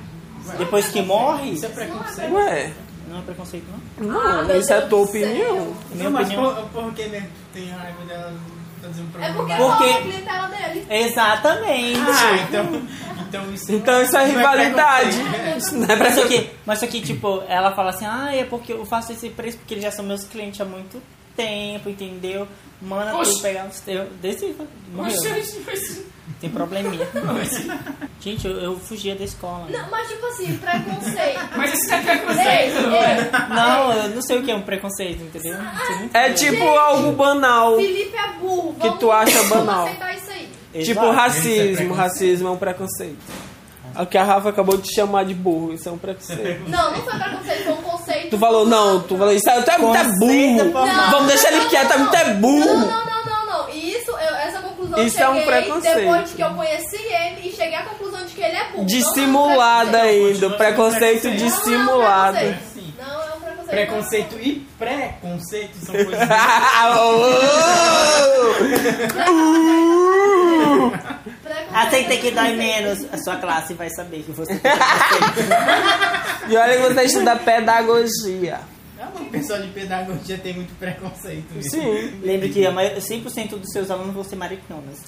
[SPEAKER 5] Depois que morre,
[SPEAKER 3] isso é preconceito.
[SPEAKER 4] Ué,
[SPEAKER 5] não
[SPEAKER 9] não é preconceito, não?
[SPEAKER 4] Não, isso é tua opinião.
[SPEAKER 9] Minha
[SPEAKER 3] Não, mas
[SPEAKER 9] opinião.
[SPEAKER 3] por, por que mesmo tem raiva dela fazer um
[SPEAKER 6] É
[SPEAKER 3] programa?
[SPEAKER 6] porque,
[SPEAKER 5] Por
[SPEAKER 6] porque...
[SPEAKER 5] quê?
[SPEAKER 6] é a clientela dele.
[SPEAKER 5] Exatamente.
[SPEAKER 3] Ah, então, então isso
[SPEAKER 4] Então isso é
[SPEAKER 3] Não é
[SPEAKER 4] rivalidade. Isso Não é
[SPEAKER 5] Mas só
[SPEAKER 4] preconceito.
[SPEAKER 5] que, mas só que, tipo, ela fala assim, ah, é porque eu faço esse preço porque eles já são meus clientes há muito tempo, entendeu? Mana, tu
[SPEAKER 10] Oxi.
[SPEAKER 5] pegar os teus. Desse, morreu.
[SPEAKER 10] Oxi,
[SPEAKER 5] Tem probleminha. Gente, eu, eu fugia da escola. Não.
[SPEAKER 6] Não, mas tipo assim, preconceito.
[SPEAKER 10] Mas isso não é
[SPEAKER 6] ei,
[SPEAKER 10] preconceito, não é?
[SPEAKER 6] ei.
[SPEAKER 5] eu não sei o que é um preconceito, entendeu?
[SPEAKER 6] Ah.
[SPEAKER 5] Não sei muito
[SPEAKER 4] É
[SPEAKER 5] bem.
[SPEAKER 4] tipo algo banal.
[SPEAKER 6] Felipe é burro.
[SPEAKER 4] Que
[SPEAKER 6] vamos-
[SPEAKER 4] tu acha
[SPEAKER 6] vamos
[SPEAKER 4] banal.
[SPEAKER 6] aceitar isso aí.
[SPEAKER 5] Exato.
[SPEAKER 3] Isso
[SPEAKER 4] Tipo
[SPEAKER 3] é
[SPEAKER 4] racismo.
[SPEAKER 3] preconceito.
[SPEAKER 4] Racismo é um preconceito. É O que a Rafa acabou de chamar de burro, isso é um preconceito.
[SPEAKER 6] Não, não foi preconceito, foi um conceito.
[SPEAKER 4] Tu falou, não, tu falou, isso é tu é muito é burro.
[SPEAKER 6] Não,
[SPEAKER 4] Vamos deixar ele
[SPEAKER 6] não,
[SPEAKER 4] quieto, é
[SPEAKER 6] não,
[SPEAKER 4] muito é
[SPEAKER 6] Não,
[SPEAKER 4] burro.
[SPEAKER 6] não, não, não, não. E isso, eu- essa conclusão eu
[SPEAKER 4] Isso é um
[SPEAKER 6] cheguei
[SPEAKER 4] preconceito.
[SPEAKER 6] depois que eu conheci ele e cheguei à conclusão de que ele é burro.
[SPEAKER 4] Dissimulado
[SPEAKER 6] Não é um
[SPEAKER 4] ainda, o preconceito
[SPEAKER 6] preconceito.
[SPEAKER 4] dissimulado.
[SPEAKER 6] Não, é um preconceito. Não, é um preconceito.
[SPEAKER 3] Preconceito e preconceito são coisas.
[SPEAKER 6] é um Preconceito.
[SPEAKER 5] Aceita que dói menos. A sua classe vai saber que você.
[SPEAKER 4] E olha que você estuda pedagogia.
[SPEAKER 3] Ah, mas o pessoal de pedagogia tem muito preconceito. mesmo.
[SPEAKER 4] Sim.
[SPEAKER 5] Lembre que a maio- 100% dos seus alunos vão ser mariconas.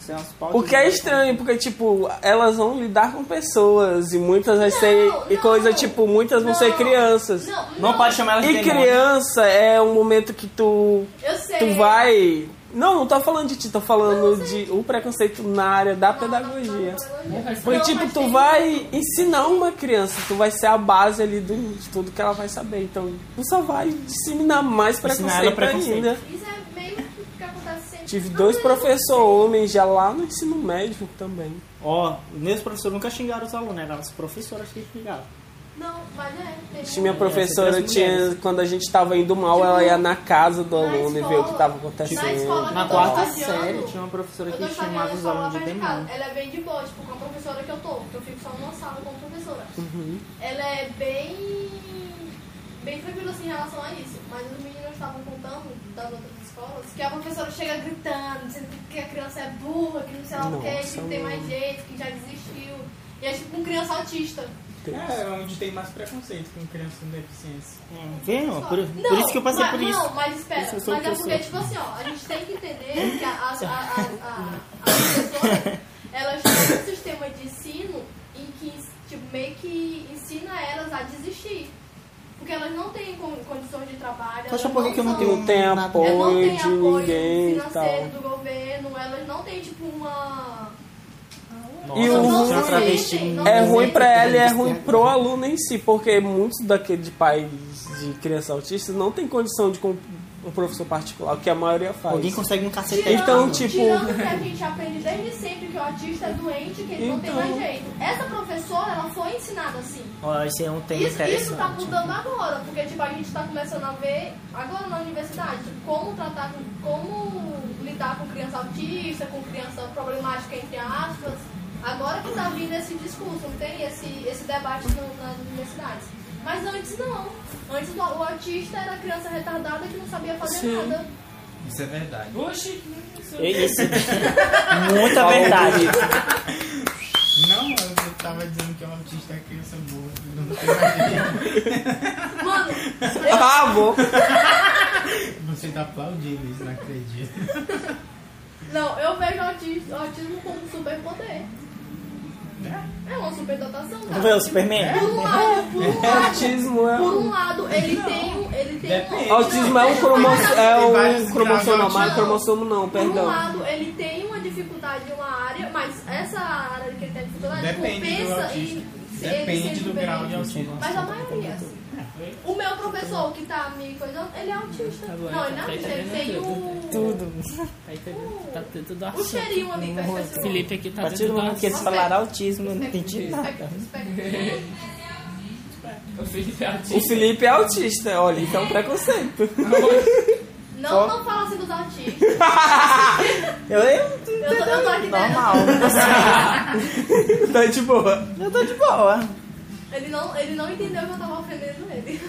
[SPEAKER 5] Isso é umas pautas-
[SPEAKER 4] O que é estranho, porque, tipo, elas vão lidar com pessoas e muitas vão ser.
[SPEAKER 6] Não,
[SPEAKER 4] E coisa,
[SPEAKER 6] não.
[SPEAKER 4] tipo, muitas vão ser
[SPEAKER 6] Não.
[SPEAKER 4] crianças.
[SPEAKER 6] Não, não,
[SPEAKER 5] Não pode chamar elas de
[SPEAKER 4] E
[SPEAKER 5] demônio.
[SPEAKER 4] criança é um momento que tu,
[SPEAKER 6] Eu sei.
[SPEAKER 4] tu vai. Não, não tô falando de ti, tô falando
[SPEAKER 6] Não, eu sei.
[SPEAKER 4] de o preconceito na área da
[SPEAKER 6] Não, não, não,
[SPEAKER 4] pedagogia.
[SPEAKER 6] não, não, não.
[SPEAKER 4] Porque,
[SPEAKER 6] Não,
[SPEAKER 4] tipo,
[SPEAKER 6] mas
[SPEAKER 4] tu
[SPEAKER 6] tem-
[SPEAKER 4] vai ensinar uma criança, tu vai ser a base ali do, de tudo que ela vai saber. Então, tu só vai disseminar mais
[SPEAKER 5] Ensinar
[SPEAKER 4] preconceito,
[SPEAKER 5] ela preconceito.
[SPEAKER 4] ainda.
[SPEAKER 6] Isso é meio que acontece sempre.
[SPEAKER 4] Tive
[SPEAKER 6] Não,
[SPEAKER 4] dois
[SPEAKER 6] não,
[SPEAKER 4] professores homens já lá no ensino médio também.
[SPEAKER 5] Ó, os meus professores nunca xingaram os alunos, né? eram as professoras que xingavam.
[SPEAKER 6] Não, mas é.
[SPEAKER 4] Tinha
[SPEAKER 6] tem-
[SPEAKER 4] Minha professora tinha, quando a gente tava indo mal, ela ia na casa do
[SPEAKER 6] Tipo, Na
[SPEAKER 4] aluno e ver o que
[SPEAKER 6] escola.
[SPEAKER 4] tava
[SPEAKER 6] Na
[SPEAKER 4] acontecendo.
[SPEAKER 6] escola
[SPEAKER 5] Na
[SPEAKER 6] que eu tô
[SPEAKER 5] quarta
[SPEAKER 6] estagiando,
[SPEAKER 5] série tinha uma professora
[SPEAKER 6] Eu
[SPEAKER 5] que
[SPEAKER 6] tô
[SPEAKER 5] chamava
[SPEAKER 6] estagiando
[SPEAKER 5] os
[SPEAKER 6] só lá
[SPEAKER 5] alunos de
[SPEAKER 6] perto de casa.
[SPEAKER 5] demônio.
[SPEAKER 6] Ela é bem de boa, tipo, com a professora que eu tô, porque eu fico só numa sala com a professora.
[SPEAKER 4] Uhum.
[SPEAKER 6] Ela é bem. bem tranquila assim, em relação a isso. Mas os meninos estavam contando das outras escolas que a professora chega gritando, dizendo que a criança é burra, que não sei lá o que, que não tem mais jeito, que já desistiu. E é tipo com criança autista.
[SPEAKER 3] É onde tem mais preconceito com criança com deficiência.
[SPEAKER 5] Hum, Viu?
[SPEAKER 6] Só-
[SPEAKER 5] Por, por isso que eu passei
[SPEAKER 6] mas,
[SPEAKER 5] por isso.
[SPEAKER 6] Não, mas espera.
[SPEAKER 5] Isso eu sou Hum?
[SPEAKER 6] mas é porque,
[SPEAKER 5] professor.
[SPEAKER 6] tipo assim, ó, a gente tem que entender que a- a- a- a- a- as pessoas, elas têm um sistema de ensino em que, tipo, meio que ensina elas a desistir. Porque elas não têm con- condições de trabalho.
[SPEAKER 5] Poxa,
[SPEAKER 6] elas
[SPEAKER 5] por que que eu não
[SPEAKER 6] são-
[SPEAKER 5] tenho
[SPEAKER 4] Não tem
[SPEAKER 5] Nada.
[SPEAKER 6] elas não
[SPEAKER 4] apoio
[SPEAKER 6] têm
[SPEAKER 4] de
[SPEAKER 6] apoio
[SPEAKER 4] ninguém e
[SPEAKER 6] financeiro
[SPEAKER 4] tal.
[SPEAKER 6] do governo, elas não têm, tipo, uma...
[SPEAKER 4] E
[SPEAKER 6] Elas
[SPEAKER 4] o
[SPEAKER 6] não
[SPEAKER 4] ruim-
[SPEAKER 6] se sentem, não
[SPEAKER 4] É
[SPEAKER 6] se
[SPEAKER 4] ruim
[SPEAKER 6] sentem.
[SPEAKER 4] pra ela e é ruim pro aluno em si, porque muitos daqueles de pais de criança autista não tem condição de com- um professor particular, o que a maioria faz.
[SPEAKER 5] Alguém consegue um cacete aí.
[SPEAKER 6] Tirando-
[SPEAKER 4] Então, tipo-
[SPEAKER 6] Tirando que a gente aprende desde sempre que o autista é doente, que ele não tem
[SPEAKER 4] Então.
[SPEAKER 6] mais jeito. Essa professora, ela foi ensinada assim.
[SPEAKER 5] Ó, esse é um tema
[SPEAKER 6] Isso, isso tá
[SPEAKER 5] interessante.
[SPEAKER 6] mudando agora, porque tipo, a gente tá começando a ver agora na universidade tipo, como tratar, com- como lidar com criança autista, com criança problemática, entre aspas. Agora que tá vindo esse discurso, não tem esse, esse debate no- nas universidades. Mas antes não. Antes o, o autista era criança retardada que não sabia fazer nada.
[SPEAKER 2] Isso é verdade.
[SPEAKER 10] Oxi,
[SPEAKER 5] É Isso. Muita verdade.
[SPEAKER 3] Não, eu tava dizendo que o autista é criança boa. Não tem mais jeito.
[SPEAKER 6] Mano,
[SPEAKER 4] Ah, bom.
[SPEAKER 3] Você tá aplaudindo isso, não acredito.
[SPEAKER 6] Não, eu vejo autismo, autismo como superpoder. É uma superdotação, cara.
[SPEAKER 5] Não foi o Superman?
[SPEAKER 6] Por um lado, por um lado,
[SPEAKER 4] Autismo é
[SPEAKER 6] por
[SPEAKER 4] um.
[SPEAKER 6] um lado ele tem um. Ele tem um
[SPEAKER 3] Depende.
[SPEAKER 4] Autismo é um, cromo... é
[SPEAKER 3] Tem
[SPEAKER 4] um
[SPEAKER 3] vários
[SPEAKER 4] cromossomo, não,
[SPEAKER 3] graus de
[SPEAKER 4] mas
[SPEAKER 6] autismo.
[SPEAKER 4] cromossomo não,
[SPEAKER 6] Por um
[SPEAKER 4] perdão.
[SPEAKER 6] lado, ele tem uma dificuldade em uma área, mas essa área que ele tem dificuldade é
[SPEAKER 3] Depende do
[SPEAKER 6] compensa
[SPEAKER 3] autismo.
[SPEAKER 6] em se- ele
[SPEAKER 3] Depende
[SPEAKER 6] ser
[SPEAKER 3] do
[SPEAKER 6] diferente.
[SPEAKER 3] grau de autismo.
[SPEAKER 6] Mas a maioria, assim. O meu professor que tá me coisando, ele é autista. Não, ele não é
[SPEAKER 3] tá
[SPEAKER 6] autista, ele tem o.
[SPEAKER 9] Aí tá, tá tudo
[SPEAKER 6] O cheirinho ali, que eu
[SPEAKER 9] O
[SPEAKER 6] esqueci o nome.
[SPEAKER 9] Felipe aqui
[SPEAKER 5] A
[SPEAKER 9] tá
[SPEAKER 5] partir do
[SPEAKER 9] tudo
[SPEAKER 5] momento que eles falaram autismo, eu não entendi nada.
[SPEAKER 10] o Felipe é
[SPEAKER 4] O
[SPEAKER 10] autista.
[SPEAKER 4] Felipe é autista, olha, isso é um preconceito.
[SPEAKER 6] Não, não fala assim dos artistas.
[SPEAKER 5] Eu, eu,
[SPEAKER 6] Eu tô, eu tô aqui né? dentro.
[SPEAKER 5] normal.
[SPEAKER 4] Tá de boa.
[SPEAKER 5] Eu tô de boa.
[SPEAKER 6] Ele não, ele não entendeu que eu tava ofendendo ele.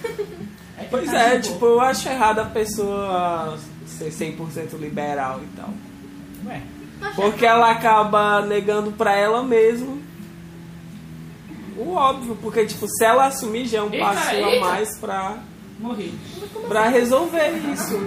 [SPEAKER 4] Pois é, tipo, eu acho errado a pessoa ser 100% liberal então. e tal.
[SPEAKER 3] Ué,
[SPEAKER 4] Porque ela acaba negando pra ela mesma O óbvio, porque tipo, se ela assumir já é um
[SPEAKER 10] Eita,
[SPEAKER 4] passo a
[SPEAKER 10] eita.
[SPEAKER 4] mais pra,
[SPEAKER 10] Morri.
[SPEAKER 4] pra resolver isso.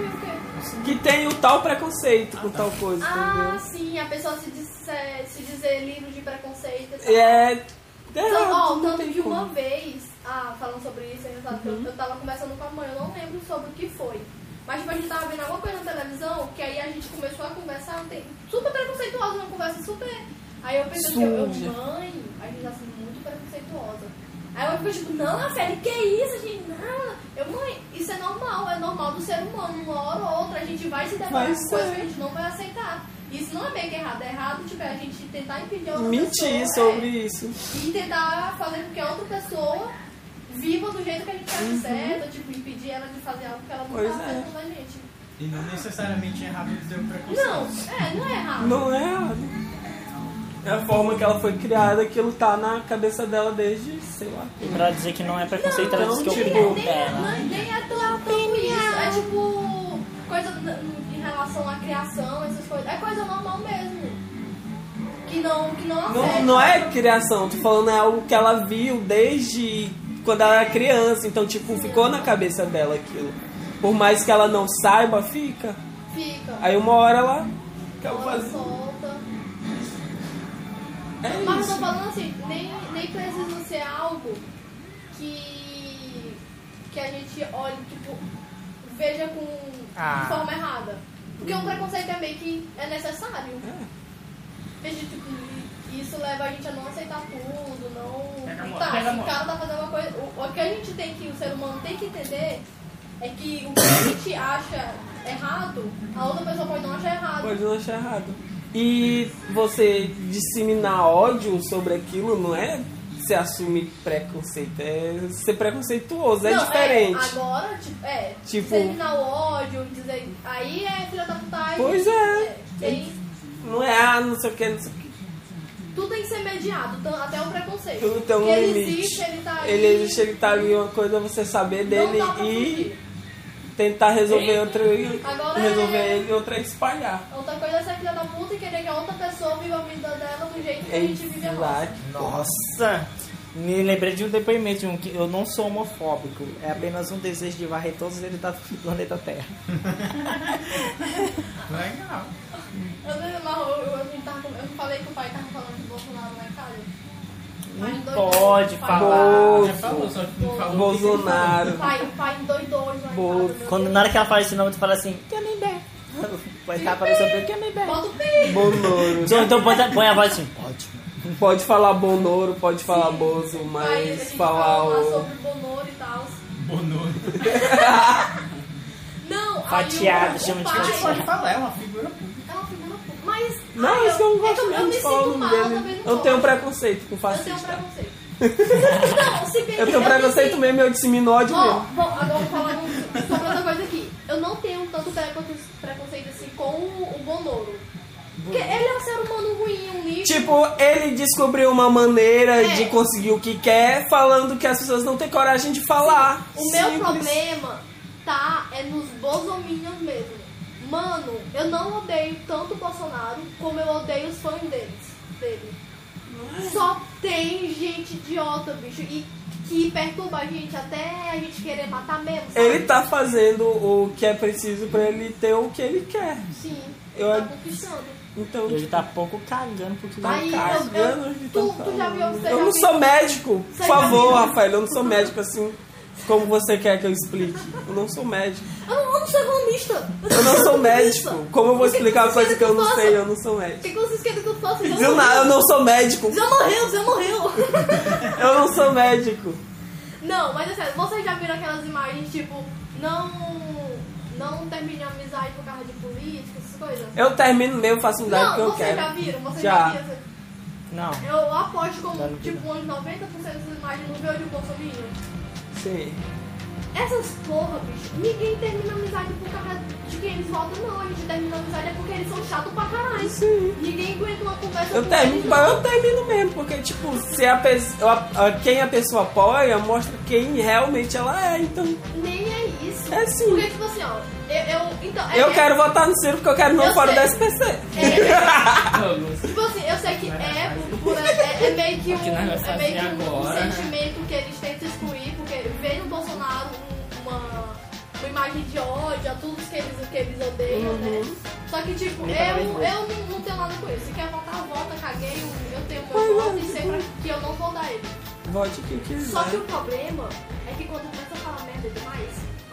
[SPEAKER 4] Que tem o tal preconceito com tal coisa,
[SPEAKER 6] Ah,
[SPEAKER 4] entendeu?
[SPEAKER 6] sim, a pessoa se, disser- se dizer livre de preconceito.
[SPEAKER 4] E é.
[SPEAKER 6] Então, ó,
[SPEAKER 4] errado, não
[SPEAKER 6] tanto
[SPEAKER 4] tem
[SPEAKER 6] que uma
[SPEAKER 4] como.
[SPEAKER 6] vez, ah, falando sobre isso, ainda sabe, que eu, eu tava conversando com a mãe, eu não lembro sobre o que foi. Mas tipo, a gente tava vendo alguma coisa na televisão, que aí a gente começou a conversar, tem- super preconceituosa, uma conversa super. Aí eu pensei, eu, eu,
[SPEAKER 4] Suja.
[SPEAKER 6] mãe, a gente tá sendo muito preconceituosa. Aí ela ficou tipo, não, Rafael, que isso, gente, não. Eu, mãe, isso é normal, é normal do ser humano, uma hora ou outra a gente vai se deparar
[SPEAKER 4] Vai
[SPEAKER 6] com coisas
[SPEAKER 4] ser.
[SPEAKER 6] que a gente não vai aceitar. Isso não é meio que errado, é errado, tipo, é a gente tentar impedir a outra pessoa.
[SPEAKER 4] Mentir
[SPEAKER 6] é
[SPEAKER 4] sobre isso.
[SPEAKER 6] e tentar fazer com que a outra pessoa viva do jeito que a gente acha certo, tipo, impedir ela de fazer algo que ela não
[SPEAKER 4] Uhum. Pois
[SPEAKER 6] tá
[SPEAKER 4] é.
[SPEAKER 6] fazendo da gente.
[SPEAKER 3] E não necessariamente é errado dizer o um preconceito.
[SPEAKER 6] Não, é, não é errado.
[SPEAKER 4] Não é errado. É a forma que ela foi criada, aquilo tá na cabeça dela desde, sei lá.
[SPEAKER 5] Pra dizer que não é preconceito, ela
[SPEAKER 4] Não,
[SPEAKER 5] diz que
[SPEAKER 4] tipo,
[SPEAKER 5] eu
[SPEAKER 6] nem,
[SPEAKER 5] culpo
[SPEAKER 6] é-
[SPEAKER 5] ela.
[SPEAKER 6] não- nem é tanto isso. É tipo coisa n- em relação à criação, essas coisas. É coisa normal mesmo. Que não, que não afeta.
[SPEAKER 4] Não, não é criação, tô falando é algo que ela viu desde quando ela era criança, então tipo, ficou na cabeça dela aquilo. Por mais que ela não saiba, fica.
[SPEAKER 6] Fica.
[SPEAKER 4] Aí uma hora ela.
[SPEAKER 6] Ela solta.
[SPEAKER 4] É
[SPEAKER 6] Mas eu
[SPEAKER 4] isso.
[SPEAKER 6] tô falando assim, nem, nem precisa ser algo que, que a gente olhe, tipo, veja com
[SPEAKER 5] Ah.
[SPEAKER 6] de forma errada. Porque um preconceito é meio que é necessário. Veja, tipo, isso leva a gente a não aceitar tudo, não.
[SPEAKER 10] Pega a mão,
[SPEAKER 6] tá,
[SPEAKER 10] pega a
[SPEAKER 6] se o
[SPEAKER 10] mão.
[SPEAKER 6] cara tá fazendo uma coisa. O, o que a gente tem que, o ser humano tem que entender é que o que a gente acha errado, a outra pessoa pode não achar errado.
[SPEAKER 4] Pode não achar errado. E você disseminar ódio sobre aquilo não é se assumir preconceito, é ser preconceituoso, é
[SPEAKER 6] Não,
[SPEAKER 4] diferente.
[SPEAKER 6] agora, tipo, é.
[SPEAKER 4] Tipo-
[SPEAKER 6] Terminar o ódio, dizer. Aí é filha da putagem.
[SPEAKER 4] Pois é.
[SPEAKER 6] Tem,
[SPEAKER 4] Não é, ah, não sei o que, não sei o que.
[SPEAKER 6] tudo tem que ser mediado, tam- até o preconceito.
[SPEAKER 4] Tudo tem um
[SPEAKER 6] Porque ele
[SPEAKER 4] limite.
[SPEAKER 6] existe, ele tá ali.
[SPEAKER 4] Ele existe, ele tá ali, uma coisa é você saber
[SPEAKER 6] não
[SPEAKER 4] dele
[SPEAKER 6] dá pra
[SPEAKER 4] e
[SPEAKER 6] fugir.
[SPEAKER 4] tentar resolver outra
[SPEAKER 6] Agora
[SPEAKER 4] resolver
[SPEAKER 6] é-
[SPEAKER 4] ele e outra é espalhar.
[SPEAKER 6] Outra coisa é ser filha da puta e querer que a outra pessoa viva a vida dela do jeito que a gente vive a nossa.
[SPEAKER 4] Exato.
[SPEAKER 5] Nossa! Me lembrei de um depoimento de um que eu não sou homofóbico, é apenas um desejo de varrer todos os habitantes do planeta Terra.
[SPEAKER 3] Legal.
[SPEAKER 6] Eu não, eu, eu, eu, tava, eu falei que o pai tava falando de Bolsonaro lá em casa. Mas
[SPEAKER 5] Não
[SPEAKER 6] doidou,
[SPEAKER 5] pode
[SPEAKER 6] o pai-
[SPEAKER 5] falar.
[SPEAKER 3] Já falou, só que não falou.
[SPEAKER 6] O
[SPEAKER 4] Bolsonaro.
[SPEAKER 6] pai, o pai endoidou lá em casa.
[SPEAKER 4] Bo-
[SPEAKER 6] meu
[SPEAKER 5] Quando
[SPEAKER 6] Deus.
[SPEAKER 5] na hora que ela fala esse nome, tu fala assim, Camembert. Vai estar aparecendo pra Camembert.
[SPEAKER 6] Bota o pi!
[SPEAKER 4] Bonoro.
[SPEAKER 5] Então, então põe, põe a voz assim, pode.
[SPEAKER 4] Pode falar Bonoro, pode falar Bozo,
[SPEAKER 6] Aí a
[SPEAKER 4] mas
[SPEAKER 6] gente
[SPEAKER 4] falar
[SPEAKER 6] fala lá
[SPEAKER 4] o.
[SPEAKER 6] sobre Bonoro e tal.
[SPEAKER 3] Bonoro.
[SPEAKER 6] Não,
[SPEAKER 5] Fatiado,
[SPEAKER 6] aí o,
[SPEAKER 5] chama de
[SPEAKER 6] o pai,
[SPEAKER 5] fatiado.
[SPEAKER 3] Pode falar, é uma figura pública.
[SPEAKER 6] Ela fica na puta. um Mas.
[SPEAKER 4] Não,
[SPEAKER 6] ai,
[SPEAKER 4] isso eu não gosto
[SPEAKER 6] É eu,
[SPEAKER 4] mesmo
[SPEAKER 6] me
[SPEAKER 4] de
[SPEAKER 6] sinto
[SPEAKER 4] falar o nome
[SPEAKER 6] mal,
[SPEAKER 4] dele.
[SPEAKER 6] também não
[SPEAKER 4] Eu tenho um
[SPEAKER 6] gosto.
[SPEAKER 4] preconceito com
[SPEAKER 6] Eu tenho
[SPEAKER 4] fascista.
[SPEAKER 6] preconceito. não, se bem
[SPEAKER 4] Eu
[SPEAKER 6] que
[SPEAKER 4] tenho um preconceito
[SPEAKER 6] tenho-
[SPEAKER 4] mesmo, eu dissemino ódio
[SPEAKER 6] Bom,
[SPEAKER 4] mesmo.
[SPEAKER 6] bom, agora eu vou falar um- sobre outra coisa aqui. Eu não tenho tanto preconce- preconceito assim com o o Bonoro. Porque ele é um ser humano ruim, um lixo.
[SPEAKER 4] Tipo, ele descobriu uma maneira
[SPEAKER 6] É.
[SPEAKER 4] de conseguir o que quer, falando que as pessoas não têm coragem de falar.
[SPEAKER 6] O meu
[SPEAKER 4] Simples.
[SPEAKER 6] problema tá é nos bolsominions mesmo. Mano, eu não odeio tanto o Bolsonaro como eu odeio os fãs deles, dele. Só tem gente idiota, bicho, e que perturba a gente até a gente querer matar mesmo. sabe?
[SPEAKER 4] Ele tá fazendo o que é preciso pra ele ter o que ele quer.
[SPEAKER 6] Sim,
[SPEAKER 4] Eu- é
[SPEAKER 6] tá conquistando.
[SPEAKER 4] Então,
[SPEAKER 5] Ele tá pouco cagando pro que
[SPEAKER 4] tá
[SPEAKER 6] Aí, eu-
[SPEAKER 4] cagando
[SPEAKER 6] eu-
[SPEAKER 4] de
[SPEAKER 6] tu-
[SPEAKER 4] tanta-
[SPEAKER 6] tu já viu- você já
[SPEAKER 4] Eu não
[SPEAKER 6] viu-
[SPEAKER 4] sou médico.
[SPEAKER 6] Você
[SPEAKER 4] Por
[SPEAKER 6] já
[SPEAKER 4] favor,
[SPEAKER 6] viu?
[SPEAKER 4] Rafael, eu não sou médico assim como você quer que eu explique. Eu não sou médico.
[SPEAKER 6] Eu não, eu não sou comunista.
[SPEAKER 4] Eu não sou médico.
[SPEAKER 6] comunista.
[SPEAKER 4] Como eu vou
[SPEAKER 6] O que que
[SPEAKER 4] explicar
[SPEAKER 6] vocês
[SPEAKER 4] coisa que eu não
[SPEAKER 6] façam?
[SPEAKER 4] sei? Eu não sou
[SPEAKER 6] O
[SPEAKER 4] médico.
[SPEAKER 6] que, que vocês querem que eu faça? Zé
[SPEAKER 4] Eu não, eu não sou médico.
[SPEAKER 6] Zé morreu, Zé morreu.
[SPEAKER 4] Eu não sou médico.
[SPEAKER 6] Não, mas é sério, vocês já viram aquelas imagens tipo, não, não termine a amizade por causa de política, essas coisas?
[SPEAKER 4] Eu termino mesmo, faço um dado
[SPEAKER 6] não,
[SPEAKER 4] É que eu
[SPEAKER 6] vocês
[SPEAKER 4] quero.
[SPEAKER 6] já viram, vocês já,
[SPEAKER 4] Já.
[SPEAKER 6] viram.
[SPEAKER 5] Não.
[SPEAKER 6] Eu aposto como,
[SPEAKER 5] Já não vi.
[SPEAKER 6] tipo, uns 90% das imagens não veio de Bolsonaro.
[SPEAKER 4] Sim.
[SPEAKER 6] um Essas porra, bicho, ninguém termina amizade por causa de quem eles votam, não. A gente termina amizade é porque eles são chatos pra caralho.
[SPEAKER 4] Sim.
[SPEAKER 6] Ninguém aguenta uma conversa
[SPEAKER 4] Eu
[SPEAKER 6] com
[SPEAKER 4] termino,
[SPEAKER 6] eles,
[SPEAKER 4] mas
[SPEAKER 6] não.
[SPEAKER 4] eu termino mesmo, porque tipo, se a pessoa, a- a- quem a pessoa apoia mostra quem realmente ela é, então
[SPEAKER 6] Nem é isso.
[SPEAKER 4] É sim.
[SPEAKER 6] Porque, tipo assim, ó, eu. eu então, é-
[SPEAKER 4] eu
[SPEAKER 6] é-
[SPEAKER 4] quero votar no Ciro porque eu quero não
[SPEAKER 6] Eu
[SPEAKER 4] fora do
[SPEAKER 6] sei.
[SPEAKER 4] SPC.
[SPEAKER 6] É, tipo assim, eu sei que é, por- é, é meio que um,
[SPEAKER 9] nós vamos
[SPEAKER 6] é meio que
[SPEAKER 9] fazer
[SPEAKER 6] um
[SPEAKER 9] agora, né?
[SPEAKER 6] sentimento que eles tentam excluir, porque veio no Bolsonaro um- uma, uma imagem de ódio a todos que eles, que eles odeiam, né? Só que, tipo,
[SPEAKER 9] tá
[SPEAKER 6] eu, eu não, não tenho nada com isso. Se quer votar, vota, caguei, eu eu tenho meu voto e sei pra que eu não vou dar ele.
[SPEAKER 4] Vote quem quiser.
[SPEAKER 6] Só que o problema é que quando começa a falar merda demais,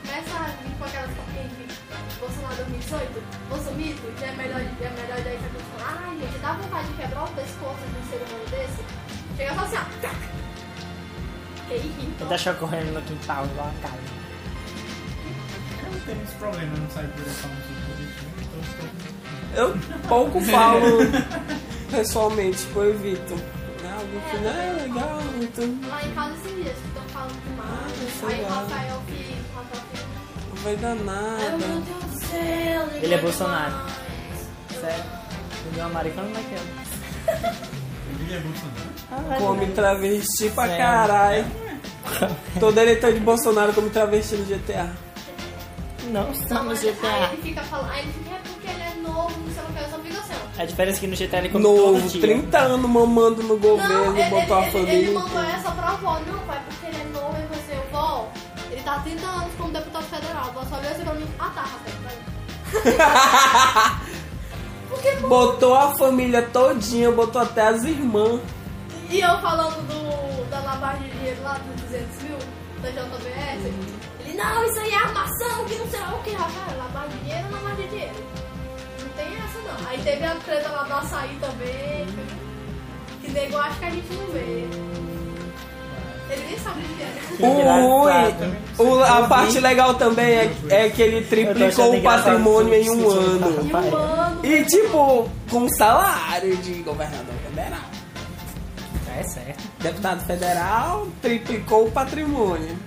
[SPEAKER 6] começa a vir com aquelas papinhas de Bolsonaro 2018, Bolsonaro, que é melhor, é melhor daí que a gente fala, ai gente, dá vontade de quebrar o pescoço de um ser humano desse. Chega e fala assim, ó, tac. Que então. irrita.
[SPEAKER 5] Ele deixou correndo no quintal, igual uma casa.
[SPEAKER 3] não tem esse problema, não sabe por essa música política, então estou-
[SPEAKER 4] Eu pouco falo pessoalmente, tipo, eu evito. Né, algo que não é legal, então
[SPEAKER 6] Lá em casa esses dias, que estão falando demais.
[SPEAKER 4] Ah,
[SPEAKER 6] aí o
[SPEAKER 4] sei lá. Ah,
[SPEAKER 6] Rafael que. o Rafael que-
[SPEAKER 4] não vai dar
[SPEAKER 6] Ai, meu
[SPEAKER 4] nada.
[SPEAKER 6] Deus do céu,
[SPEAKER 5] Ele é
[SPEAKER 6] demais.
[SPEAKER 5] Bolsonaro. Sério? Ele é uma maricona daquela.
[SPEAKER 3] Ele é Bolsonaro.
[SPEAKER 4] Come travesti pra
[SPEAKER 5] Sério. É.
[SPEAKER 4] caralho. Todo eleitor de Bolsonaro come travesti no GTA.
[SPEAKER 5] Não tá, é estamos
[SPEAKER 6] Então, Aí
[SPEAKER 4] tá-
[SPEAKER 5] GTA.
[SPEAKER 6] ele fica falando, aí ele fica, é porque ele é novo, não sei o que, eu só fico assim, ó.
[SPEAKER 5] A diferença é que no GTA ele come todo
[SPEAKER 4] Novo,
[SPEAKER 5] dia.
[SPEAKER 4] 30 anos mamando no governo,
[SPEAKER 6] ele,
[SPEAKER 4] botou a
[SPEAKER 6] é, ele-
[SPEAKER 4] família.
[SPEAKER 6] ele mandou
[SPEAKER 4] inteira.
[SPEAKER 6] essa pra avó. Não, pai, porque ele é novo e você, vó, ele tá há 30 anos como deputado federal. A avó só olhou assim pra mim, ah tá, Rafael, vai. porque, pô,
[SPEAKER 4] Botou a família todinha, botou até as irmãs.
[SPEAKER 6] e eu falando do, da lavagem de dinheiro lá dos 200 mil, da JBS, ele, não, isso aí é armação, que não sei lá o que, Rafael, lavagem de dinheiro é lavagem de dinheiro. Não tem essa não. Aí teve a treta lá do açaí também, que nego acha que a gente não vê. Ele nem sabe o que
[SPEAKER 4] O
[SPEAKER 6] é.
[SPEAKER 4] ruim,
[SPEAKER 5] né?
[SPEAKER 4] o- Um, a parte legal também é, é que ele
[SPEAKER 5] Eu tô achando
[SPEAKER 4] triplicou o
[SPEAKER 5] engraçado
[SPEAKER 4] patrimônio em um
[SPEAKER 5] isso, isso,
[SPEAKER 4] ano.
[SPEAKER 6] E
[SPEAKER 5] Pai.
[SPEAKER 6] um ano.
[SPEAKER 4] E tipo, com salário de governador federal.
[SPEAKER 5] É certo.
[SPEAKER 4] Deputado federal triplicou o patrimônio.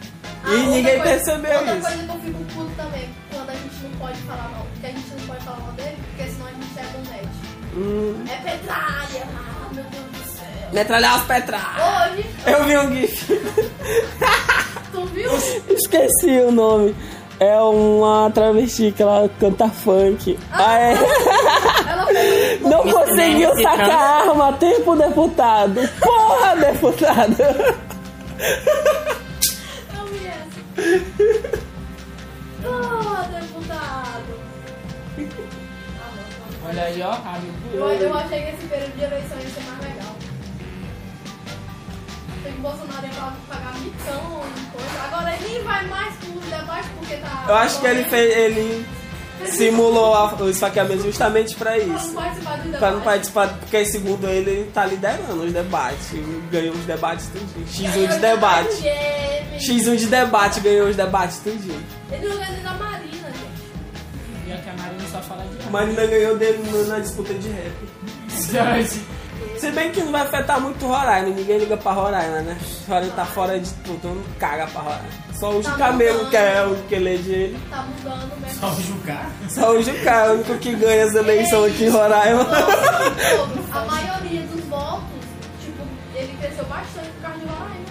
[SPEAKER 6] Ah,
[SPEAKER 4] E
[SPEAKER 6] outra
[SPEAKER 4] ninguém
[SPEAKER 6] coisa-
[SPEAKER 4] percebeu
[SPEAKER 6] Outra
[SPEAKER 4] isso.
[SPEAKER 6] coisa que eu fico puto também, quando a gente não pode falar mal, porque a gente não pode falar mal dele, porque senão a gente é bonete.
[SPEAKER 4] Hum,
[SPEAKER 6] É petralha, ah, meu Deus do céu.
[SPEAKER 4] metralhar os petrais.
[SPEAKER 6] Hoje,
[SPEAKER 4] Eu vi um gif.
[SPEAKER 6] tu viu?
[SPEAKER 4] Esqueci o nome. É uma travesti que ela canta funk. Ah, é.
[SPEAKER 6] Ela fez
[SPEAKER 4] Não conseguiu
[SPEAKER 5] Nancy
[SPEAKER 4] sacar
[SPEAKER 5] Trump.
[SPEAKER 4] a arma a tempo, deputado. Porra, deputado.
[SPEAKER 6] eu vi essa. Ah, deputado. Ah, não, não.
[SPEAKER 10] Olha aí, ó, abre
[SPEAKER 6] Eu, eu achei que esse período de eleição ia ser mais legal. Tem Bolsonaro ia pra- pagar micão e coisa. Agora ele nem vai mais pro debate porque tá.
[SPEAKER 4] Eu acho que ele fez, ele simulou a- o saqueamento justamente pra
[SPEAKER 6] Pra não
[SPEAKER 4] isso.
[SPEAKER 6] participar do debate.
[SPEAKER 4] Pra não participar, porque segundo ele, ele tá liderando os debates. Ganhou os debates tudinho. X1 de debate.
[SPEAKER 6] Ele- é
[SPEAKER 4] X1 de debate ganhou os debates tudinho.
[SPEAKER 6] Ele não ganha da Marina, gente.
[SPEAKER 10] E a Camarina só fala de
[SPEAKER 4] Marina ganhou dele no- na disputa de rap. Se bem que não vai afetar muito Roraima, ninguém liga pra Roraima, né? Roraima tá fora de tudo, todo mundo caga pra Roraima. Só o
[SPEAKER 6] Tá
[SPEAKER 4] Jucamelo
[SPEAKER 6] mudando.
[SPEAKER 4] que é o que elege ele.
[SPEAKER 6] Tá mudando mesmo.
[SPEAKER 3] Só julgar?
[SPEAKER 4] Só o Jucá, é o único que ganha as eleições aqui em Roraima.
[SPEAKER 6] Todos, todos. A maioria dos votos, tipo, ele cresceu bastante por causa de Roraima.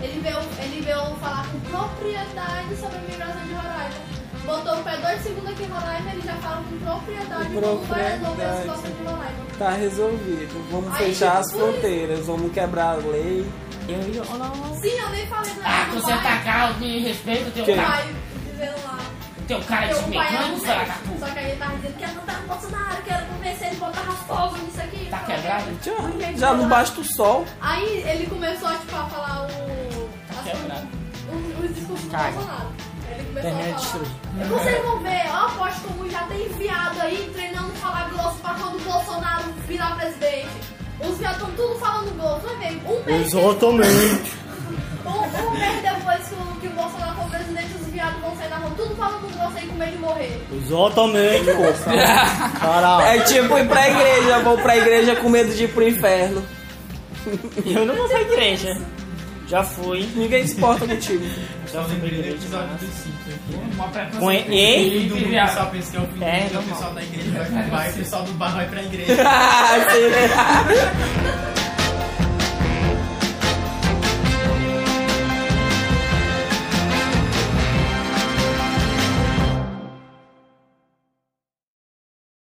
[SPEAKER 6] Ele veio, ele veio falar com propriedade sobre a migração de Roraima. Botou o pé dois segundos aqui em Roraima, ele já fala com propriedade como vai resolver a
[SPEAKER 4] Propriedade.
[SPEAKER 6] situação de Roraima.
[SPEAKER 4] Tá resolvido, vamos
[SPEAKER 6] Aí,
[SPEAKER 4] fechar as
[SPEAKER 6] tipo,
[SPEAKER 4] fronteiras, vamos quebrar a lei.
[SPEAKER 5] Eu ia falar
[SPEAKER 6] Sim, eu nem falei pra
[SPEAKER 9] Ah,
[SPEAKER 6] ele.
[SPEAKER 9] você tá calmo, me respeita o teu
[SPEAKER 4] Que?
[SPEAKER 9] cara.
[SPEAKER 6] Pai, dizendo lá.
[SPEAKER 9] Teu cara
[SPEAKER 6] Meu
[SPEAKER 9] de
[SPEAKER 6] pai era um
[SPEAKER 9] mecânico, tá
[SPEAKER 6] médico,
[SPEAKER 9] filha da puta.
[SPEAKER 6] Só que aí ele tava dizendo que ia votar no Bolsonaro, que era convencer ele a botar fogo nisso aqui.
[SPEAKER 9] Tá
[SPEAKER 6] Falou,
[SPEAKER 9] quebrado?
[SPEAKER 4] Já, já não basta o sol.
[SPEAKER 6] Aí ele começou tipo, a falar o. as-
[SPEAKER 9] Tá quebrado.
[SPEAKER 6] o- Os discursos do
[SPEAKER 5] Caga.
[SPEAKER 6] Bolsonaro. Ele começou
[SPEAKER 5] Internet
[SPEAKER 6] a falar.
[SPEAKER 5] destruir.
[SPEAKER 6] Vocês vão ver, ó, poste como já tem viado aí treinando falar grosso pra quando o Bolsonaro virar presidente. Os viados estão tudo falando grosso, vai ver. Um mês
[SPEAKER 5] Exatamente.
[SPEAKER 6] um, um mês depois que o, que o Bolsonaro for presidente, os viados vão sair na rua, tudo falando grosso aí com medo de morrer.
[SPEAKER 5] Exatamente, pô. Caralho.
[SPEAKER 4] É tipo ir pra igreja, vou pra igreja com medo de ir pro inferno.
[SPEAKER 5] Eu não vou pra igreja. Já fui.
[SPEAKER 4] Ninguém se importa contigo.
[SPEAKER 5] Já fui
[SPEAKER 3] lembrei do
[SPEAKER 5] igreja.
[SPEAKER 3] episódio do Simpsons.
[SPEAKER 10] Uma preconceito.
[SPEAKER 5] Com e- e?
[SPEAKER 3] O do mundo só pensa que é o fim do
[SPEAKER 5] É,
[SPEAKER 3] mundo, o
[SPEAKER 5] normal.
[SPEAKER 3] pessoal da igreja vai pro bar, e o pessoal do bar vai pra igreja.
[SPEAKER 4] Ah, sim.